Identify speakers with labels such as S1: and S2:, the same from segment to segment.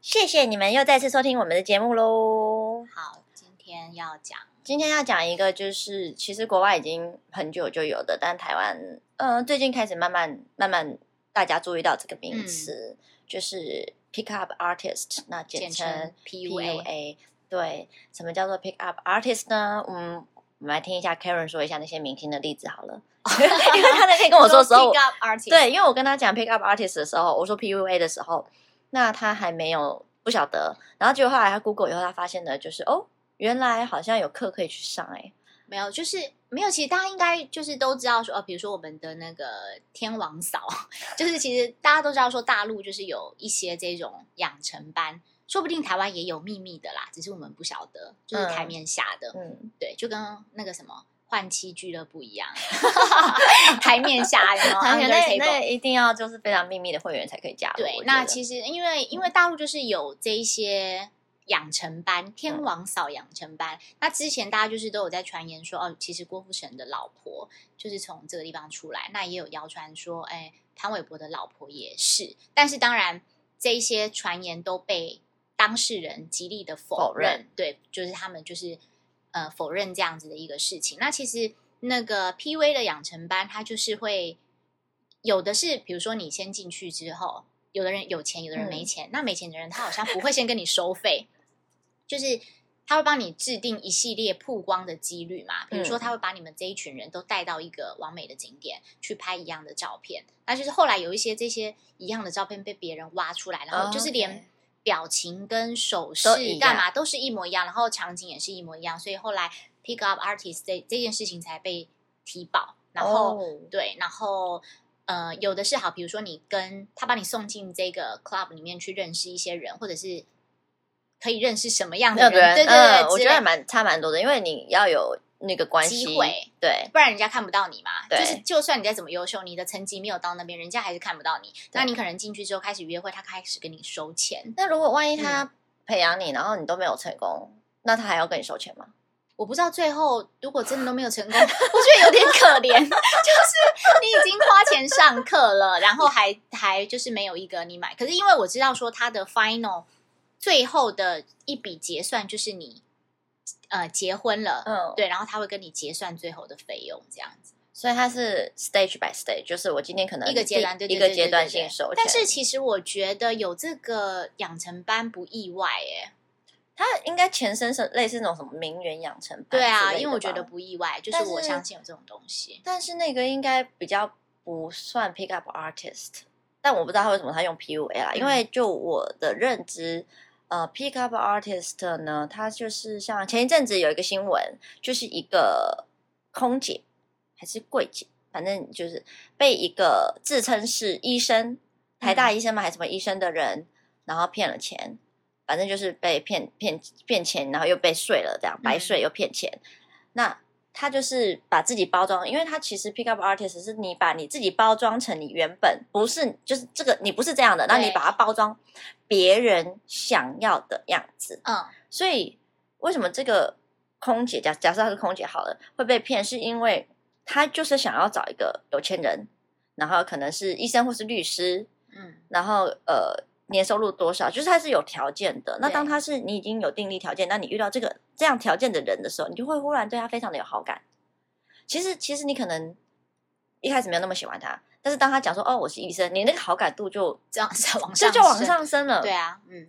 S1: 谢谢你们又再次收听我们的节目喽。
S2: 好，今天要讲
S1: 今天要讲一个，就是其实国外已经很久就有的，但台湾呃最近开始慢慢慢慢大家注意到这个名词，就是 pick up artist，那
S2: 嗯
S1: 简
S2: 简
S1: 称
S2: 称 PUA。
S1: 对，什么叫做 pick up artist 呢？嗯，我们来听一下 Karen 说一下那些明星的例子好 了，因为他那天跟我说的时候，
S2: pick up artist，
S1: 对，因为我跟他讲 pick up artist 的时候，我说 PUA 的时候，那他还没有不晓得，然后结果后来他 Google 以后，他发现的就是哦，原来好像有课可以去上哎、
S2: 没有，就是没有。其实大家应该就是都知道说，呃，比如说我们的那个天王嫂， 就是其实大家都知道说，大陆就是有一些这种养成班，说不定台湾也有秘密的啦，只是我们不晓得，就是台面下的。
S1: 嗯，
S2: 对，就跟那个什么换妻俱乐部一样， 台面下 然后 under
S1: 哎那
S2: table
S1: 那。一定要就是非常秘密的会员才可以加入。
S2: 对
S1: 我，觉
S2: 那
S1: 得嗯
S2: 其实因为因为大陆就是有这一些养成班，天王嫂养成班。那之前大家就是都有在传言说，哦，其实郭富城的老婆就是从这个地方出来，那也有谣传说，哎，潘玮柏的老婆也是。但是当然，这一些传言都被当事人极力的否
S1: 否认
S2: 对，就是他们就是呃否认这样子的一个事情。那其实那个 P V 的养成班，它就是会有的是，比如说你先进去之后，有的人有钱，有的人没
S1: 嗯
S2: 钱。那没钱的人，他好像不会先跟你收费，就是他会帮你制定一系列曝光的几率嘛。比如说，
S1: 嗯
S2: 他会把你们这一群人都带到一个完美的景点去拍一样的照片。那就是后来有一些这些一样的照片被别人挖出来，然后就是连
S1: 哦 OK
S2: 表情跟手势
S1: 都一样
S2: 干嘛都是一模一样，然后场景也是一模一样，所以后来 pick up artist 这这件事情才被提报，然后、
S1: 哦
S2: 对，然后呃有的是好，比如说你跟他把你送进这个 club 里面去认识一些人，或者是可以认识什么样的
S1: 那
S2: 人，
S1: 个人
S2: 对对对，
S1: 嗯，我
S2: 之
S1: 觉得
S2: 类
S1: 蛮差蛮多的，因为你要有那个关系
S2: 机会，
S1: 对，
S2: 不然人家看不到你嘛。
S1: 对
S2: 就是就算你再怎么优秀，你的成绩没有到那边，人家还是看不到你。
S1: 对
S2: 那你可能进去之后开始约会，他开始跟你收钱。
S1: 那如果万一
S2: 嗯
S1: 他培养你，然后你都没有成功，那他还要跟你收钱吗？
S2: 我不知道最后如果真的都没有成功，我觉得有点可怜。 就是你已经花钱上课了，然后还还就是没有一个你买。可是因为我知道说他的 final 最后的一笔结算就是你呃结婚了，
S1: 嗯，
S2: 对，然后他会跟你结算最后的费用这样子。
S1: 所以它是 stage by stage，就是我今天可能
S2: 一个阶段，
S1: 第
S2: 对
S1: 嗯一
S2: 对
S1: 个
S2: 对
S1: 阶
S2: 对
S1: 段
S2: 对
S1: 性收钱，
S2: 但是其实我觉得有这个养成班不意外哎，
S1: 啊它应该前身是类似那种什么名媛养成班
S2: 对
S1: 之类
S2: 啊，
S1: 的
S2: 因为我
S1: 吧
S2: 觉得，不意外，就
S1: 但
S2: 是
S1: 是
S2: 我相信有这种东西。
S1: 但是那个应该比较不算 pick up artist，但我不知道他为什么他用 PUA 啦，
S2: 嗯
S1: 因为就我的认知。呃，pick up artist 呢，它就是像前一阵子有一个新闻，就是一个空姐还是柜姐，反正就是被一个自称是医生，台大医生吗？还是什么医生的人，然后骗了钱，反正就是被骗骗骗钱，然后又被睡了，这样白睡又骗钱。那他就是把自己包装，因为他其实 pick up artist 是你把你自己包装成你原本不是，就是这个你不是这样的，那你
S2: 对
S1: 把它包装别人想要的样子。
S2: 嗯，
S1: 所以为什么这个空姐假假设她是空姐好了会被骗，是因为她就是想要找一个有钱人，然后可能是医生或是律师，
S2: 嗯，
S1: 然后呃年收入多少，就是他是有条件的。那
S2: 对
S1: 当他是你已经有订立条件，那你遇到这个这样条件的人的时候，你就会忽然对他非常的有好感。其实其实你可能一开始没有那么喜欢他，但是当他讲说哦我是医生，你那个好感度就
S2: 这样再往
S1: 这
S2: 上，
S1: 就往，上升了。
S2: 对啊，嗯，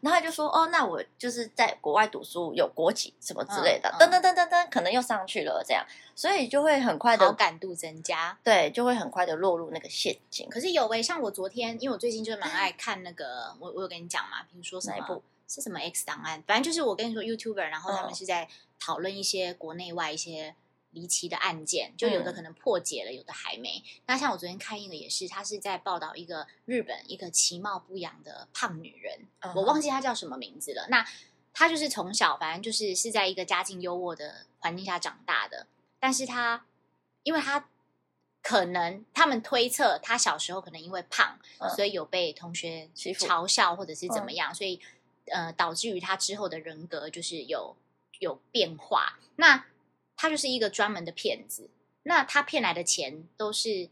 S1: 然后他就说：“哦，那我就是在国外读书，有国籍什么之类的，噔
S2: 嗯嗯
S1: 噔噔噔噔，可能又上去了，这样，所以就会很快
S2: 好
S1: 的，
S2: 感度增加。
S1: 对，就会很快的落入那个陷阱。
S2: 可是有诶、像我昨天，因为我最近就是蛮爱看那个，我我有跟你讲嘛，比如说什
S1: 哪一
S2: 么
S1: 部？
S2: 是什么 X 档案，反正就是我跟你说 YouTuber，然后他
S1: 嗯
S2: 们是在讨论一些国内外一些离奇的案件，就有的
S1: 嗯
S2: 可能破解了，有的还没。那像我昨天看一个也是，他是在报道一个日本一个其貌不扬的胖女人，我忘
S1: 记
S2: 记她叫什么名字了。那她就是从小，反正就是是在一个家境优渥的环境下长大的，但是她，因为她可能他们推测她小时候可能因为胖，
S1: 嗯
S2: 所以有被同学
S1: 欺负嗯
S2: 嘲笑或者是怎么样，所以呃导致于她之后的人格就是有有变化。那她就是一个专门的骗子，那她骗来的钱都是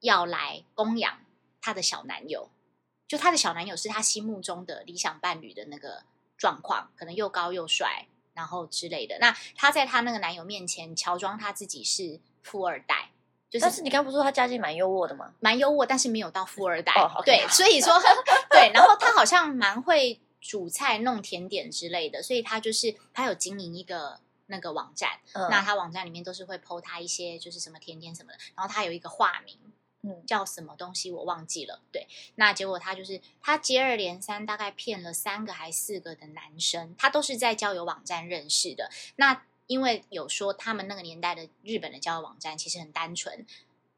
S2: 要来供养她的小男友，就她的小男友是她心目中的理想伴侣的那个状况，可能又高又帅，然后之类的。那她在她那个男友面前乔装她自己是富二代，就
S1: 但是你刚不是说他家境蛮优渥的吗？
S2: 蛮优渥，但是没有到富二代。
S1: 哦，OK
S2: 对，所以 说对，然后他好像蛮会煮菜、弄甜点之类的，所以他就是他有经营一个那个网站，
S1: 嗯，
S2: 那他网站里面都是会 PO 他一些就是什么甜点什么的，然后他有一个化名。
S1: 嗯
S2: 叫什么东西我忘记了，对，那结果他就是他接二连三大概骗了三个还四个的男生，他都是在交友网站认识的。那因为有说他们那个年代的日本的交友网站其实很单纯，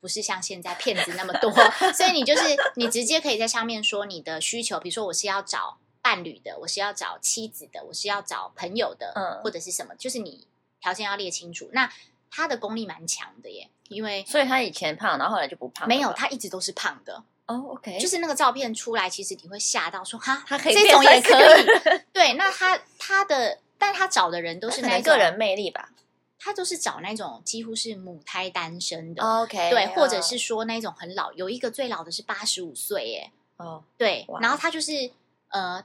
S2: 不是像现在骗子那么 多，所以你就是你直接可以在上面说你的需求，比如说我是要找伴侣的，我是要找妻子的，我是要找朋友的，
S1: 嗯
S2: 或者是什么，就是你条件要列清楚。那他的功力蛮强的耶，因为
S1: 所以他以前胖，然后后来就不胖了吧，
S2: 没有他一直都是胖的，
S1: 哦，OK，
S2: 就是那个照片出来，其实你会吓到说哈，
S1: 他可以
S2: 这
S1: 变
S2: 种也
S1: 三四
S2: 可
S1: 个
S2: 以。对，那他他的，但他找的人都是
S1: 可
S2: 那
S1: 能
S2: 种
S1: 个人，魅力吧
S2: 他都是找那种几乎是母胎单身的，
S1: ，OK，
S2: 哦对，或者
S1: 哦嗯
S2: 是说那种很老，有一个最老的是八十五岁耶，
S1: 哦，
S2: 对，
S1: 哇
S2: 然后他就是呃，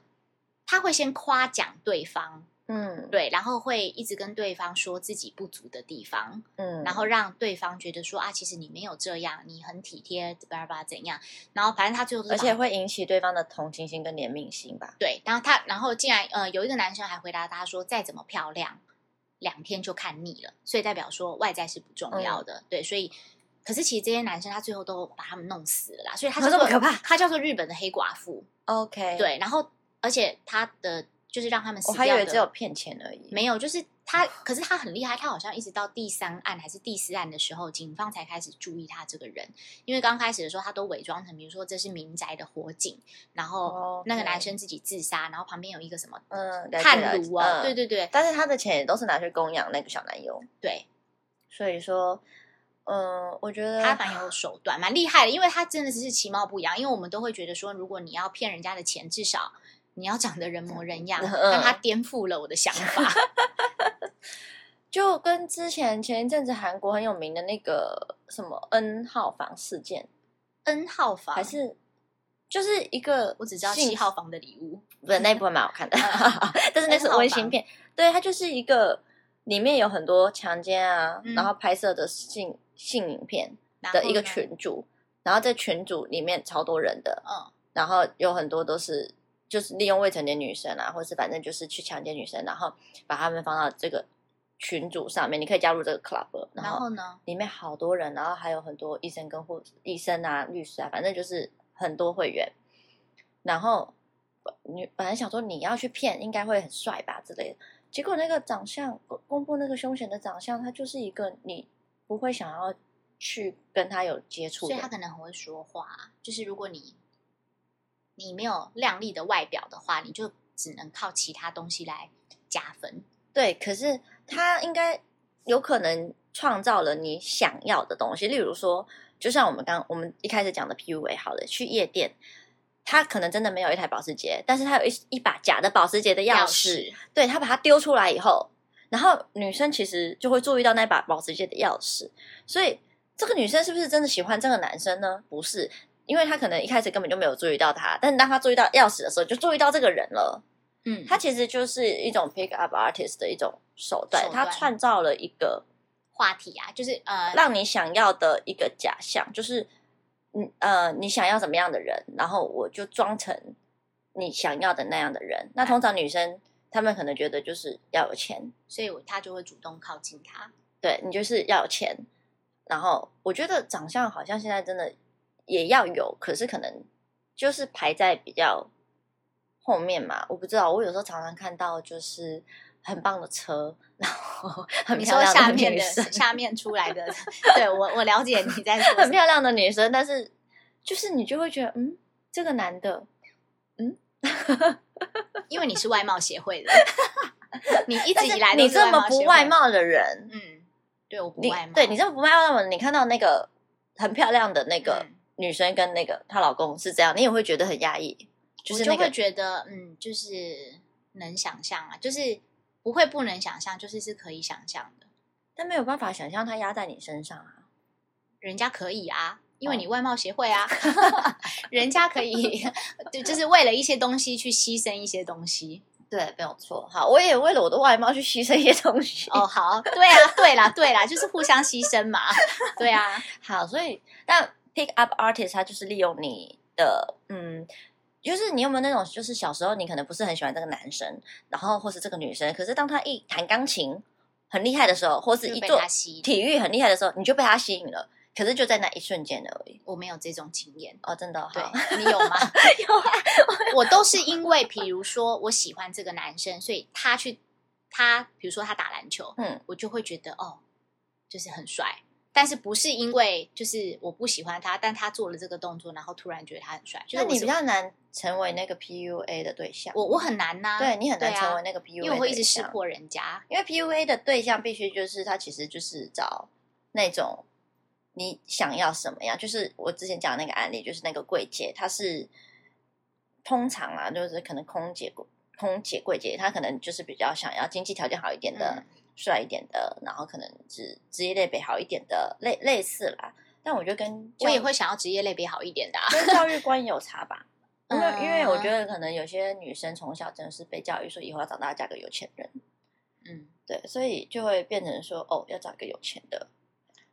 S2: 他会先夸奖对方，
S1: 嗯，
S2: 对，然后会一直跟对方说自己不足的地方，
S1: 嗯，
S2: 然后让对方觉得说啊，其实你没有这样，你很体贴，巴拉巴拉怎样。然后反正他最后都是
S1: 而且
S2: 把
S1: 会引起对方的同情心跟怜悯心吧，
S2: 对，然后他然后竟然呃有一个男生还回答他说，再怎么漂亮，两天就看腻了，所以代表说外在是不重
S1: 嗯
S2: 要的，对，所以。可是其实这些男生他最后都把他们弄死了啦，所以他叫
S1: 啊这
S2: 做
S1: 么可怕
S2: 他叫做日本的黑寡妇，
S1: ，OK，，
S2: 对，然后而且他的就是让他们
S1: 我
S2: 死
S1: 还哦以
S2: 掉
S1: 为只有
S2: 的
S1: 骗钱而已，
S2: 没有，就是他，可是他很厉害，他好像一直到第三案还是第四案的时候，警方才开始注意他这个人，因为刚开始的时候他都伪装成，比如说这是民宅的火警，然后
S1: 哦
S2: 那个
S1: 对
S2: 男生自己自杀，然后旁边有一个什么
S1: 嗯，了解
S2: 炭炉哦，
S1: 了解嗯
S2: 对对对
S1: 但是他的钱也都是拿去供养那个小男友，
S2: 对，
S1: 所以说，嗯，我觉得
S2: 他蛮有手段，蛮厉害的，因为他真的是其貌不扬，因为我们都会觉得说，如果你要骗人家的钱，至少。你要长得人模人样，
S1: 嗯
S2: 但他颠覆了我的想法。
S1: 就跟之前前一阵子韩国很有名的那个什么 N 号房事件，
S2: N 号房
S1: 还是就是一个
S2: 我只知道
S1: 性
S2: 七号房的礼物，
S1: 不是那一部分蛮好看的
S2: 嗯，
S1: 但是那是温馨片。对，它就是一个里面有很多强奸啊，
S2: 嗯
S1: 然后拍摄的性性影片
S2: 然
S1: 的
S2: 后
S1: 一个
S2: 呢，
S1: 群组，然后在群组里面超多人的，
S2: 嗯，
S1: 然后有很多都是就是利用未成年女生啊，或是反正就是去强奸女生，然后把她们放到这个群组上面，你可以加入这个 club，然
S2: 然
S1: 后
S2: 后呢？
S1: 里面好多人，然后还有很多医生跟护医生啊、律师啊，反正就是很多会员。然后呃你本来想说你要去骗，应该会很帅吧之类的，结果那个长相公公布那个凶险的长相，他就是一个你不会想要去跟他有接触
S2: 所以他
S1: 的。
S2: 可能很会说话，啊就是如果你你没有靓丽的外表的话，你就只能靠其他东西来加分。
S1: 对，可是他应该有可能创造了你想要的东西，例如说，就像我们刚我们一开始讲的 PUA，好了，去夜店，他可能真的没有一台保时捷，但是他有一一把假的保时捷的钥匙，
S2: 匙，
S1: 对他把它丢出来以后，然后女生其实就会注意到那把保时捷的钥匙，所以这个女生是不是真的喜欢这个男生呢？不是，因为她可能一开始根本就没有注意到他，但当她注意到钥匙的时候，就注意到这个人了。
S2: 嗯，
S1: 它其实就是一种 pick up artist 的一种手段，
S2: 手段
S1: 它创造了一个
S2: 话题啊，就是呃，
S1: 让你想要的一个假象，就是嗯呃，你想要怎么样的人，然后我就装成你想要的那样的人。那通常女生她们可能觉得就是要有钱，
S2: 所以我他就会主动靠近他。
S1: 对你就是要有钱。然后我觉得长相好像现在真的也要有，可是可能就是排在比较后面嘛。我不知道，我有时候常常看到就是很棒的车，然 后很
S2: 你
S1: 漂
S2: 说
S1: 亮
S2: 下面
S1: 女
S2: 的
S1: 生，
S2: 下面出来的， 对我我了解你在说什
S1: 很
S2: 么。
S1: 漂亮的女生，但是就是你就会觉得，嗯，这个男的
S2: 因为你是外貌协会的，你一
S1: 但
S2: 直
S1: 是
S2: 以来都
S1: 你
S2: 是
S1: 这么不外
S2: 协会，
S1: 貌的人，
S2: 嗯，对我不
S1: 你
S2: 外貌，
S1: 对你这么不外貌的人，你看到那个很漂亮的那个
S2: 嗯
S1: 女生跟那个她老公是这样，你也会觉得很压抑。就是
S2: 我
S1: 那
S2: 就
S1: 个
S2: 会觉得，嗯，就是能想象啊，就是不会不能想象，就是是可以想象的，
S1: 但没有办法想象它压在你身上啊。
S2: 人家可以啊，因
S1: 哦
S2: 为你外貌协会啊， 人家可以 对，就是为了一些东西去牺牲一些东西。
S1: 对，没有错。好，我也为了我的外貌去牺牲一些东西。
S2: 哦，好，对啊，对啦，对啦，就是互相牺牲嘛。 对啊，
S1: 好，所以但 pick up artist 他就是利用你的，嗯，就是你有没有那种，就是小时候你可能不是很喜欢这个男生，然后或是这个女生，可是当他一弹钢琴很厉害的时候，或是
S2: 就
S1: 一
S2: 被
S1: 做
S2: 他吸引。
S1: 体育很厉害的时候，你就被他吸引了。可是就在那一瞬间而已。
S2: 我没有这种经验。
S1: 哦，真的、好
S2: 对，你有吗？
S1: 有啊，
S2: 我都是因为，比如说我喜欢这个男生，所以他去他，比如说他打篮球，
S1: 嗯，
S2: 我就会觉得哦，就是很帅。但是不是因为就是我不喜欢他，但他做了这个动作，然后突然觉得他很帅，就
S1: 那
S2: 是
S1: 你比
S2: 我是
S1: 较难成为那个 PUA 的对象。
S2: 我我很难呐、
S1: 对你很难
S2: 对啊
S1: 成为那个 PUA，
S2: 因为我会一直
S1: 对
S2: 识
S1: 象
S2: 破人家，
S1: 因为 PUA 的对象必须就是他，其实就是找那种你想要什么样。就是我之前讲的那个案例，就是那个柜姐，她是通常啊，就是可能空姐、空姐、柜姐，她可能就是比较想要经济条件好一点的、
S2: 嗯
S1: 帅一点的，然后可能职职业类别好一点的，类类似啦。但我觉得跟
S2: 我也
S1: 教
S2: 会 想要职业类别好一点的、啊。
S1: 跟教育观有差 吧。因为
S2: 嗯
S1: 因为我觉
S2: 得，
S1: 得可能有些女生从小真的是被教育说以后要长大嫁个有钱人，
S2: 嗯，
S1: 对，所以就会变成说，哦，要找一个有钱的，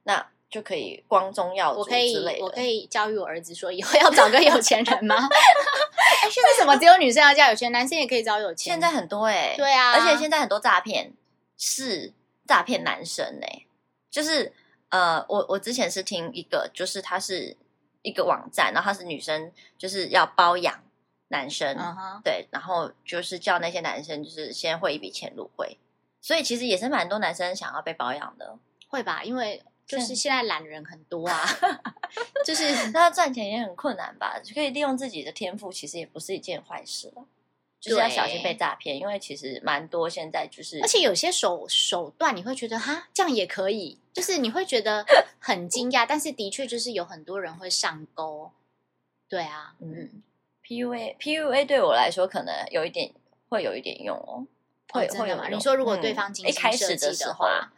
S1: 那就可以光宗耀祖
S2: 我可以
S1: 之类的。
S2: 我可以教育我儿子说，以后要找个有钱 人吗？哎，现在怎么只有女生要嫁有钱，男生也可以找有钱？
S1: 现在很多哎、
S2: 对啊，
S1: 而且现在很多诈骗是诈骗男生哎、就是呃，我我之前是听一个，就是他是一个网站，然后他是女生，就是要包养男生，
S2: 嗯哼，
S1: 对，然后就是叫那些男生就是先汇一笔钱入会，所以其实也是蛮多男生想要被包养的，
S2: 会吧？因为就是
S1: 是
S2: 现在懒人很多 啊，就是
S1: 那赚钱也很困难吧？可以利用自己的天赋，其实也不是一件坏事了。就是要小心被诈骗，因为其实蛮多现在就是，
S2: 而且有些手手段，你会觉得哈，这样也可以，就是你会觉得很惊讶，但是的确就是有很多人会上钩。对啊，嗯，
S1: 嗯，PUA PUA 对我来说可能有一点会有一点用哦，会、
S2: 哦真
S1: 会
S2: 的
S1: 有
S2: 吗？
S1: 用
S2: 你说如果
S1: 嗯
S2: 对方精
S1: 一
S2: 心
S1: 开
S2: 设
S1: 始
S2: 计
S1: 时候
S2: 话，。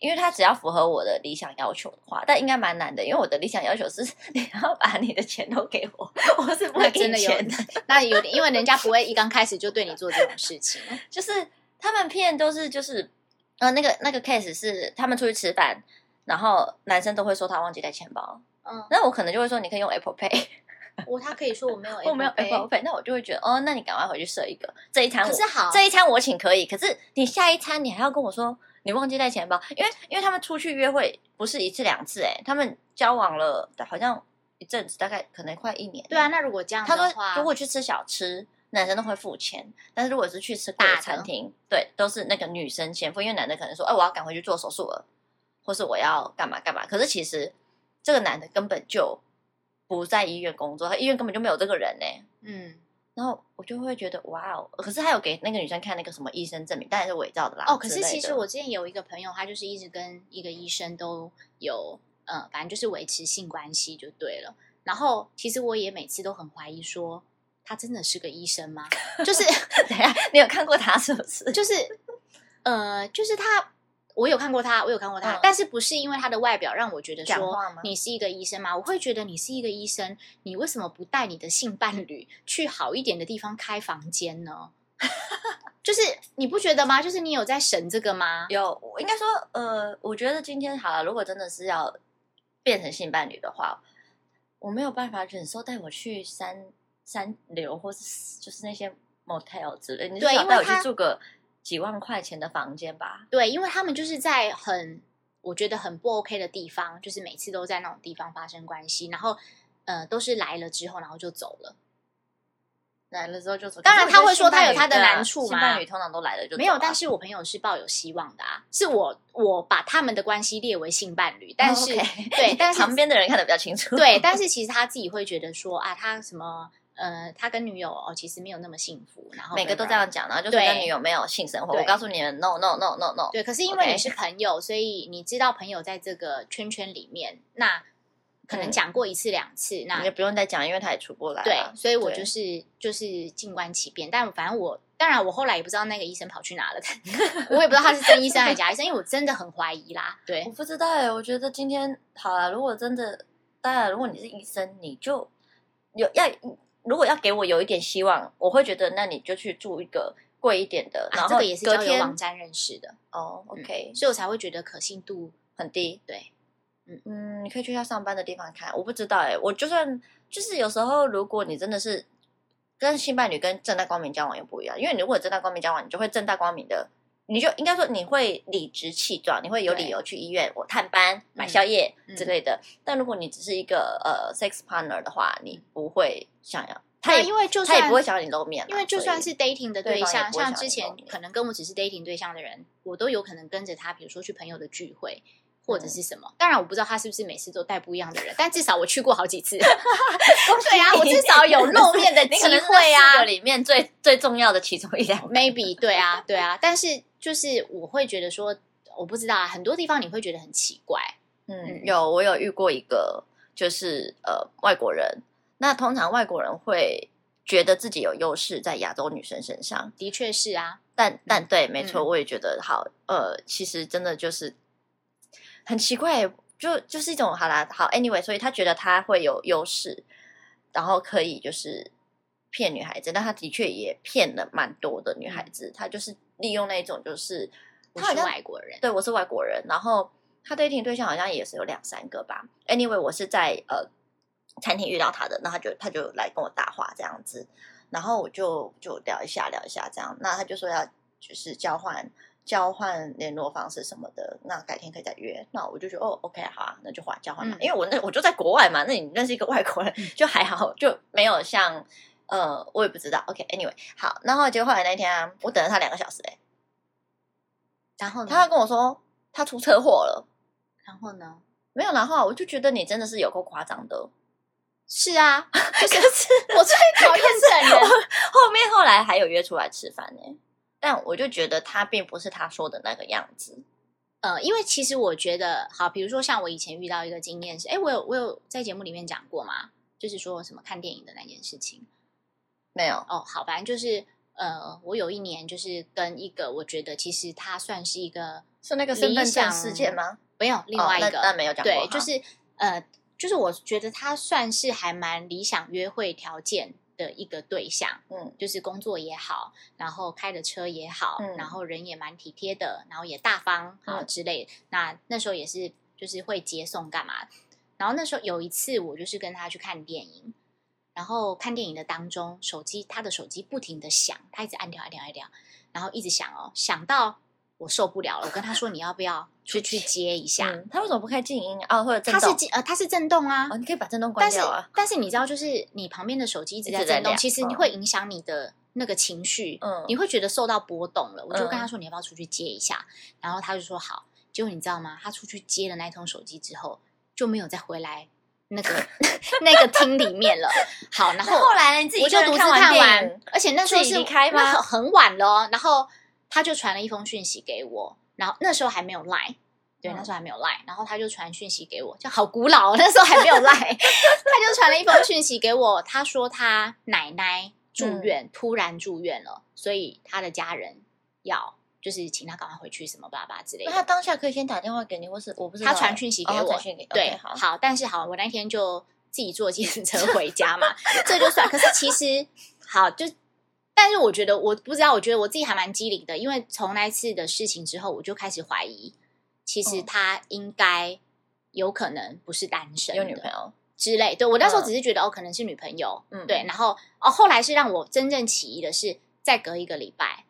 S1: 因为他只要符合我的理想要求的话，但应该蛮难的，因为我的理想要求是 你要把你的钱都给我，我是不
S2: 那
S1: 会给
S2: 真
S1: 你
S2: 的有
S1: 钱的。，
S2: 那有点，因为人家不会一刚开始就对你做这种事 情。
S1: 就是他们骗都是就是，呃，那个那个 case 是他们出去吃饭，然后男生都会说他忘记带钱包，
S2: 嗯，
S1: 那我可能就会说你可以用 Apple Pay，
S2: 我他可以说我没有
S1: 我没有
S2: Apple
S1: Apple Pay，那我就会觉得哦，那你赶快回去设一个，这一餐
S2: Pay
S1: 我
S2: 可是好，
S1: 这一餐我请可以，可是你下一餐你还要跟我说你忘记带钱包，因为因为他们出去约会不是一次两次、欸，他们交往了好像一阵子，大概可能快一年，
S2: 对啊，。那如果这样
S1: 他
S2: 的
S1: 说
S2: 话，，
S1: 如果去吃小吃，男生都会付钱，但是如果是去吃贵
S2: 大
S1: 的
S2: 的
S1: 餐厅，对，都是那个女生先付，因为男的可能说，哎，我要赶回去做手术了，或是我要干嘛干嘛。可是其实这个男的根本就不在医院工作，他医院根本就没有这个人呢、欸
S2: 嗯，
S1: 然后我就会觉得哇哦，可是他有给那个女生看那个什么医生证明，当然是伪造的啦。
S2: 哦，可
S1: 之
S2: 是
S1: 类
S2: 其实
S1: 的
S2: 我之前有一个朋友，他就是一直跟一个医生都有，呃，反正就是维持性关系就对了。然后其实我也每次都很怀疑说，他真的是个医生吗？就是
S1: 等一下你有看过他是不是？
S2: 就是，呃，就是他，我有看过他，我有看过他，
S1: 嗯
S2: 但是不是因为他的外表让我觉得
S1: 讲
S2: 说
S1: 话吗
S2: 你是一个医生吗？我会觉得你是一个医生，你为什么不带你的性伴侣去好一点的地方开房间呢？ 就是你不觉得吗？就是你有在审这个吗？
S1: 有，我应该说，呃，我觉得今天好了，如果真的是要变成性伴侣的话，我没有办法忍受带我去三三流或是就是那些 motel 之类，你至
S2: 对
S1: 少
S2: 因为
S1: 带我去
S2: 他
S1: 住个几万块钱的房间吧。
S2: 对，因为他们就是在很我觉得很不 OK 的地方，就是每次都在那种地方发生关系，然后呃都是来了之后，然后就走了。
S1: 来了之后就走。
S2: 当然
S1: 可是我
S2: 他会
S1: 觉
S2: 说
S1: 得
S2: 他有
S1: 性
S2: 他
S1: 伴侣
S2: 的
S1: 对啊
S2: 难处
S1: 性
S2: 嘛
S1: 伴侣通常都来了就
S2: 没有，
S1: 走啊
S2: 但是我朋友是抱有希望的啊，是我我把他们的关系列为性伴侣，但
S1: 哦
S2: 是、
S1: OK
S2: 对，但是
S1: 旁边的人看得比较清楚。
S2: 对，但是其实他自己会觉得说啊，他什么呃，他跟女友哦，其实没有那么幸福，然后
S1: 每个都这。样讲，然后就说
S2: 对
S1: 跟女友没有性生活。
S2: 对
S1: 我告诉你们，no no no no no。
S2: 对，可是因为
S1: OK
S2: 你是朋友所以你知道朋友在这个圈圈里面，那可能
S1: 嗯
S2: 讲过一次两次，那
S1: 你就不用再讲，因为他也出不来
S2: 对
S1: 啊。，
S2: 所以我
S1: 对
S2: 就是就是静观其变。但反正我当然我后来也不知道那个医生跑去哪了，但 我也不知道他是真医生还是假医生，因为我真的很怀疑啦。对
S1: 欸我，不知道哎、我觉得今天好了，如果真的当然，如果你是医生，你就有要如果要给我有一点希望，我会觉得那你就去住一个贵一点的，然
S2: 啊，
S1: 后
S2: 这个也是
S1: 隔
S2: 交友
S1: 天
S2: 网站认识的，
S1: 哦，OK，
S2: 所以我才会觉得可信度
S1: 很低。
S2: 对，
S1: 嗯，你可以去他上班的地方看。我不知道哎、我就算就是有时候，如果你真的是跟性伴侣跟正大光明交往又不一样，因为你如果正大光明交往，你就会正大光明的，你就应该说你会理直气壮，你会有理由去医院我探班、买宵夜
S2: 嗯
S1: 之类的。但如果你只是一个呃 sex partner 的话，你不会想要，
S2: 嗯
S1: 他
S2: 对啊
S1: 也
S2: 因为就
S1: 他
S2: 算
S1: 也不会想要你露面啊、
S2: 因为就
S1: 所以
S2: 算是 dating 的
S1: 对
S2: 对
S1: 方也
S2: 象，
S1: 不会
S2: 像
S1: 想
S2: 之
S1: 你
S2: 前
S1: 露面
S2: 可能跟我只是 dating 对象的人，我都有可能跟着他，比如说去朋友的聚会或
S1: 嗯
S2: 者是什么。当然，我不知道他是不是每次都带不一样的人，但至少我去过好几次。 对啊，我至少有露面的
S1: 你
S2: 机
S1: 可能是
S2: 会
S1: 那四
S2: 啊
S1: 个。里面最最重要的其中一两个
S2: Maybe 对啊，对啊。但是就是我会觉得说，我不知道啊，很多地方你会觉得很奇怪。
S1: 嗯
S2: 嗯，
S1: 有我有遇过一个，就是呃外国人。那通常外国人会觉得自己有优势在亚洲女生身上，
S2: 的确是啊，
S1: 但但对，没错，
S2: 嗯
S1: 我也觉得好。呃，其实真的就是很奇怪，就就是一种好啦，好 anyway，所以他觉得他会有优势，然后可以就是骗女孩子，但他的确也骗了蛮多的女孩子，他就是利用那一种就是
S2: 我
S1: 他好
S2: 是嗯
S1: 像
S2: 外国人，
S1: 对，我是外国人，然后他 dating 对象好像也是有两三个吧。Anyway，我是在呃餐厅遇到他的，那他就他就来跟我搭话这样子，然后我就就聊一下聊一下这样，那他就说要就是交换交换联络方式什么的，那改天可以再约。那我就觉得哦，OK，好啊，那就换交换嘛，
S2: 嗯
S1: 因为我那我就在国外嘛，那你认识一个外国人就还好，就没有像。呃，我也不知道。OK，Anyway，、好，然后结果后来那天啊，我等了他两个小时、欸，
S2: 然后
S1: 他
S2: 呢？
S1: 跟我说他出车祸了，
S2: 然后呢？
S1: 没有，然后啊我就觉得你真的是有够夸张的。
S2: 是啊， 就是我最讨厌这种人。
S1: 后面后来还有约出来吃饭呢、但我就觉得他并不是他说的那个样子。
S2: 呃，因为其实我觉得，好，比如说像我以前遇到一个经验是，哎，我有我有在节目里面讲过嘛，就是说什么看电影的那件事情。
S1: 没有，
S2: 哦，好，反正就是呃，我有一年就是跟一个我觉得其实他算是一个
S1: 是那个
S2: 理
S1: 身份证
S2: 想
S1: 事件吗？
S2: 没有另外一
S1: 哦
S2: 个，
S1: 那那没有讲过
S2: 对，
S1: 哈
S2: 就是呃，就是我觉得他算是还蛮理想约会条件的一个对象，
S1: 嗯，
S2: 就是工作也好，然后开的车也好，
S1: 嗯
S2: 然后人也蛮体贴的，然后也大方啊、
S1: 嗯
S2: 之类的。那那时候也是就是会接送干嘛。然后那时候有一次我就是跟他去看电影，然后看电影的当中，手机他的手机不停的响，他一直按掉按掉按掉，然后一直响哦，响到我受不了了，我跟他说你要不要出去接一下？
S1: 嗯，他为什么不开静音啊？哦或者
S2: 他
S1: 震
S2: 是
S1: 动？
S2: 进呃他是震动啊，
S1: 哦，你可以把震动关
S2: 但是
S1: 掉啊。
S2: 但是你知道，就是你旁边的手机一直
S1: 一直
S2: 在
S1: 在
S2: 震动，
S1: 亮
S2: 其实
S1: 嗯
S2: 你会影响你的那个情绪，
S1: 嗯
S2: 你会觉得受到波动了。我就跟他
S1: 嗯
S2: 说你要不要出去接一下，然后他就说好。结果你知道吗？他出去接了那一通手机之后，就没有再回来那个 那个厅里面了。好，然
S1: 然
S2: 后
S1: 后后来呢，自己
S2: 我
S1: 一
S2: 就
S1: 个人
S2: 独自
S1: 看
S2: 看
S1: 完电
S2: 完
S1: 影，
S2: 而且那时候
S1: 自己
S2: 是
S1: 离开吗
S2: 那很很晚了哦，然后他就传了一封讯息给我，然后那时候还没有 Line。对，
S1: 嗯
S2: 那时候还没有 Line，然后他就传讯息给我，就好古老哦，那时候还没有 Line，他就传了一封讯息给我，他说他奶奶
S1: 嗯
S2: 住院，突然住院了，所以他的家人要就是请他赶快回去什么巴拉巴拉之类
S1: 那他
S2: 的。
S1: 当下可以先打电话给你，或是我不知道
S2: 他
S1: 欸。
S2: 传讯息给
S1: 哦
S2: 我，
S1: 他传讯给
S2: 对
S1: OK，好，
S2: 但是好，我那天就自己坐计程车回家嘛，这就算。可是其实好，就但是我觉得我不知道，我觉得我自己还蛮机灵的，因为从那次的事情之后，我就开始怀疑，其实
S1: 嗯
S2: 他应该有可能不是单身，
S1: 有女朋友。
S2: 之类。对我那时候
S1: 嗯
S2: 只是觉得、哦，可能是女朋友，
S1: 嗯
S2: 对。然后哦，后来是让我真正起疑的是，再隔一个礼拜，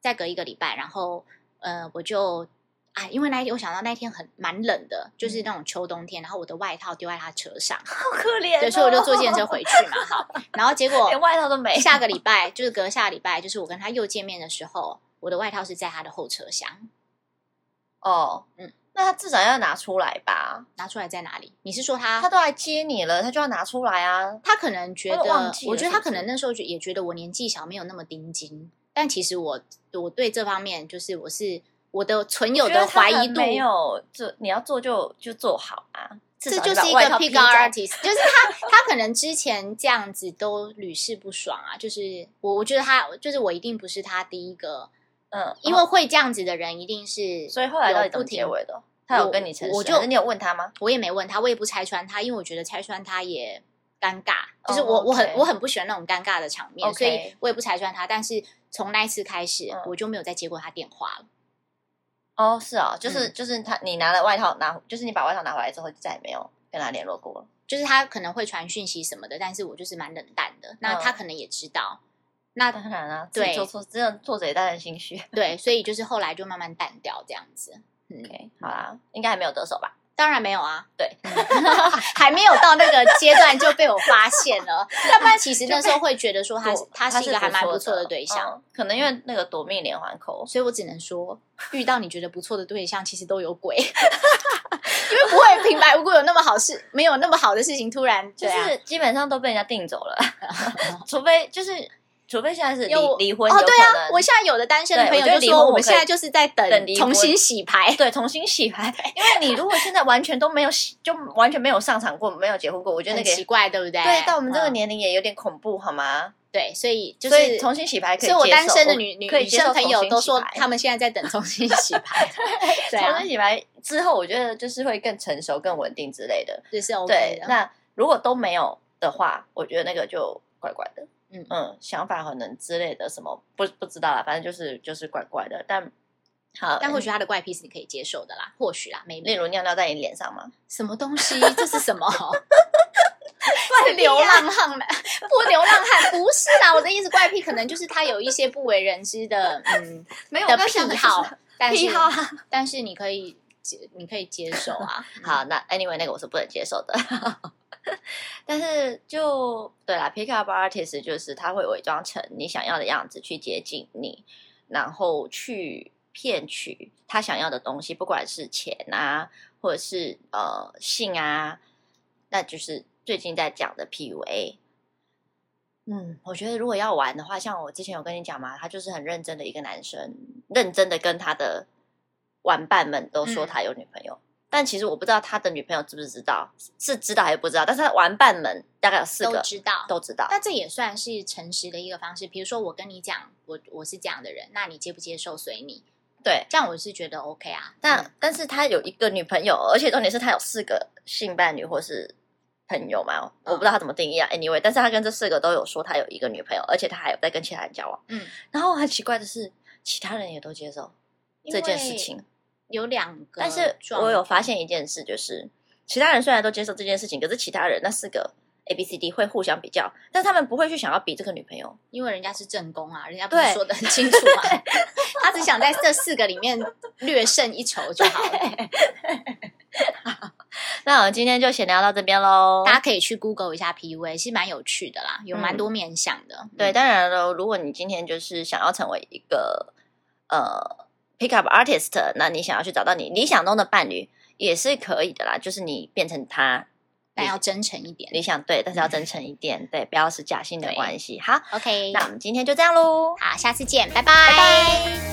S2: 再隔一个礼拜，然后呃，我就啊，因为那一天我想到那一天很蛮冷的，
S1: 嗯
S2: 就是那种秋冬天，然后我的外套丢在他车上，
S1: 好可怜哦。
S2: 对，所以我就坐电车回去嘛， 好。然后结果
S1: 连外套都 没。
S2: 下个礼拜就是隔下礼拜，就是我跟他又见面的时候，我的外套是在他的后车厢，
S1: 哦，嗯
S2: 嗯，
S1: 那他至少要拿出来吧？
S2: 拿出来在哪里？你是说
S1: 他都来接你了，他就要拿出来啊。
S2: 他可能觉
S1: 我有忘
S2: 得
S1: 记，了
S2: 我觉得他
S1: 是不
S2: 可
S1: 是
S2: 能那时候就也觉得我年纪小，没有那么盯紧。但其实我我对这方面就是我是我的存有
S1: 觉得
S2: 的
S1: 他
S2: 怀
S1: 很
S2: 疑度，
S1: 没有做，你要做就就做好啊。至
S2: 这
S1: 少
S2: 就是一
S1: 你把
S2: 个
S1: 外套披
S2: pick
S1: 着
S2: artist，就是他他可能之前这样子都屡试不爽啊。就是我我觉得他就是我一定不是他第一个，
S1: 嗯，
S2: 因为会这样子的人一定是
S1: 所以后来到底
S2: 有
S1: 怎么
S2: 不
S1: 结
S2: 停
S1: 尾的？他有跟你陈述，
S2: 我就
S1: 还是你有问他吗？
S2: 我也没问他，我也不拆穿他，因为我觉得拆穿他也尴尬，就是
S1: 哦
S2: 我、我很
S1: OK
S2: 我很不喜欢那种尴尬的场面
S1: OK
S2: 所以我也不拆穿他。但是从那一次开始，
S1: 嗯
S2: 我就没有再接过他电话了。
S1: 哦，是哦，就是、就是他，你拿了外套拿，就是你把外套拿回来之后，就再也没有跟他联络过了。
S2: 就是他可能会传讯息什么的，但是我就是蛮冷淡的。那
S1: 嗯
S2: 他可能也知道，那
S1: 当然啊，
S2: 对
S1: 自己做错，这样作者也当然心虚。
S2: 对，所以就是后来就慢慢淡掉这样子。嗯
S1: OK，好啦，应该还没有得手吧？
S2: 当然没有啊，
S1: 对
S2: 嗯， 还没有到那个阶段就被我发现 了。要不然其实那时候会觉得说他
S1: 躲
S2: 他是一个还蛮
S1: 不
S2: 不
S1: 错
S2: 错的对象，
S1: 嗯可能因为那个夺命连环扣，
S2: 所以我只能说，遇到你觉得不错的对象，其实都有鬼，因为不会平白无故有那么好事，没有那么好的事情突然
S1: 就
S2: 对啊
S1: 是基本上都被人家定走 了，除非就是除非现在是离
S2: 因为我
S1: 离婚有
S2: 哦，
S1: 可
S2: 对啊
S1: 能，，
S2: 我现在有的单身的
S1: 对
S2: 朋友
S1: 我觉得
S2: 就
S1: 离
S2: 说，
S1: 婚
S2: 我
S1: 我
S2: 们
S1: 可以
S2: 现在就是在
S1: 等
S2: 等
S1: 离
S2: 重
S1: 婚
S2: 新洗牌，
S1: 对重新洗牌，因为你如果现在完全都没有洗，就完全没有上场过，没有结婚过，我觉得那
S2: 很
S1: 个
S2: 奇怪，对不对？
S1: 对到我们这个
S2: 嗯
S1: 年龄也有点恐怖，好吗？
S2: 对，所以就
S1: 所以
S2: 是
S1: 重新洗牌可以
S2: 所
S1: 接
S2: 以
S1: 受，
S2: 我单身的女女
S1: 可以
S2: 女
S1: 接受
S2: 生朋友都说，
S1: 重新洗牌
S2: 他们现在在等重新洗牌， 对
S1: 重
S2: 啊
S1: 新，洗牌之后，我觉得就是会更成熟、更稳定之类的。
S2: 这是 OK
S1: 对，
S2: 的。
S1: 那如果都没有的话，我觉得那个就怪怪的。
S2: 嗯
S1: 嗯，想法可能之类的什么不不知道啦，反正就是就是怪怪的。但好，嗯
S2: 但或许他的怪癖是你可以接受的啦，或许啦
S1: 例
S2: ，maybe
S1: 如尿尿在你脸上吗？
S2: 什么东西？这是 什么？
S1: 啊
S2: 是流浪汉吗？ 不，流浪汉不是啦。我的意思，怪癖可能就是他有一些不为人知的， 嗯，
S1: 没
S2: 的癖好，但是
S1: 癖好啊。
S2: 但是你可以接，你可以接受 啊。
S1: 好，那 anyway 那个我是不能接受的。 但是就对啦，pickup artist 就是他会伪装成你想要的样子去接近你，然后去骗取他想要的东西，不管是钱啊，或者是呃性啊，那就是最近在讲的 PUA。嗯，我觉得如果要玩的话，像我之前有跟你讲嘛，他就是很认真的一个男生，认真的跟他的玩伴们都说
S2: 嗯
S1: 他有女朋友，但其实我不知道他的女朋友知不知道，是知道还是不知道，但是他的玩伴们大概有四
S2: 都
S1: 个
S2: 知嗯道，
S1: 都知道，
S2: 那这也算是诚实的一个方式。比如说，我跟你讲，我我是这样的人，那你接不接受随你。
S1: 对。
S2: 这样我是觉得 OK 啊。
S1: 但、
S2: 嗯
S1: 但是他有一个女朋友，而且重点是他有四个性伴侣或是朋友嘛，我不
S2: 嗯
S1: 知道他怎么定义啊。Anyway，但是他跟这四个都有说他有一个女朋友，而且他还有在跟其他人交往。
S2: 嗯，
S1: 然后很奇怪的是，其他人也都接受
S2: 因
S1: 这件事
S2: 为
S1: 情。
S2: 有两个，
S1: 但是我有发，现一件事，就是其他人虽然都接受这件事情，可是其他人那四个 A、B、C、D 会互相比较，但他们不会去想要比这个女朋友。
S2: 因为人家是正宫啊，人家不是
S1: 对
S2: 说的很清楚 嘛， 他只想在这四个里面略胜一筹就好了。
S1: 那我们今天就闲聊到这边喽。
S2: 大家可以去 Google 一下 PUA，是蛮有趣的啦，有蛮多面向的。
S1: 嗯
S2: 嗯，
S1: 对，当然了，如果你今天就是想要成为一个呃 pickup artist，那你想要去找到你理想中的伴侣也是可以的啦，就是你变成他
S2: 但要真诚一点。
S1: 理想对，但是要真诚一点，对，不要是假性的
S2: 对
S1: 关系。好，
S2: OK，
S1: 那我们今天就这样喽。
S2: 好，下次见，拜
S1: 拜拜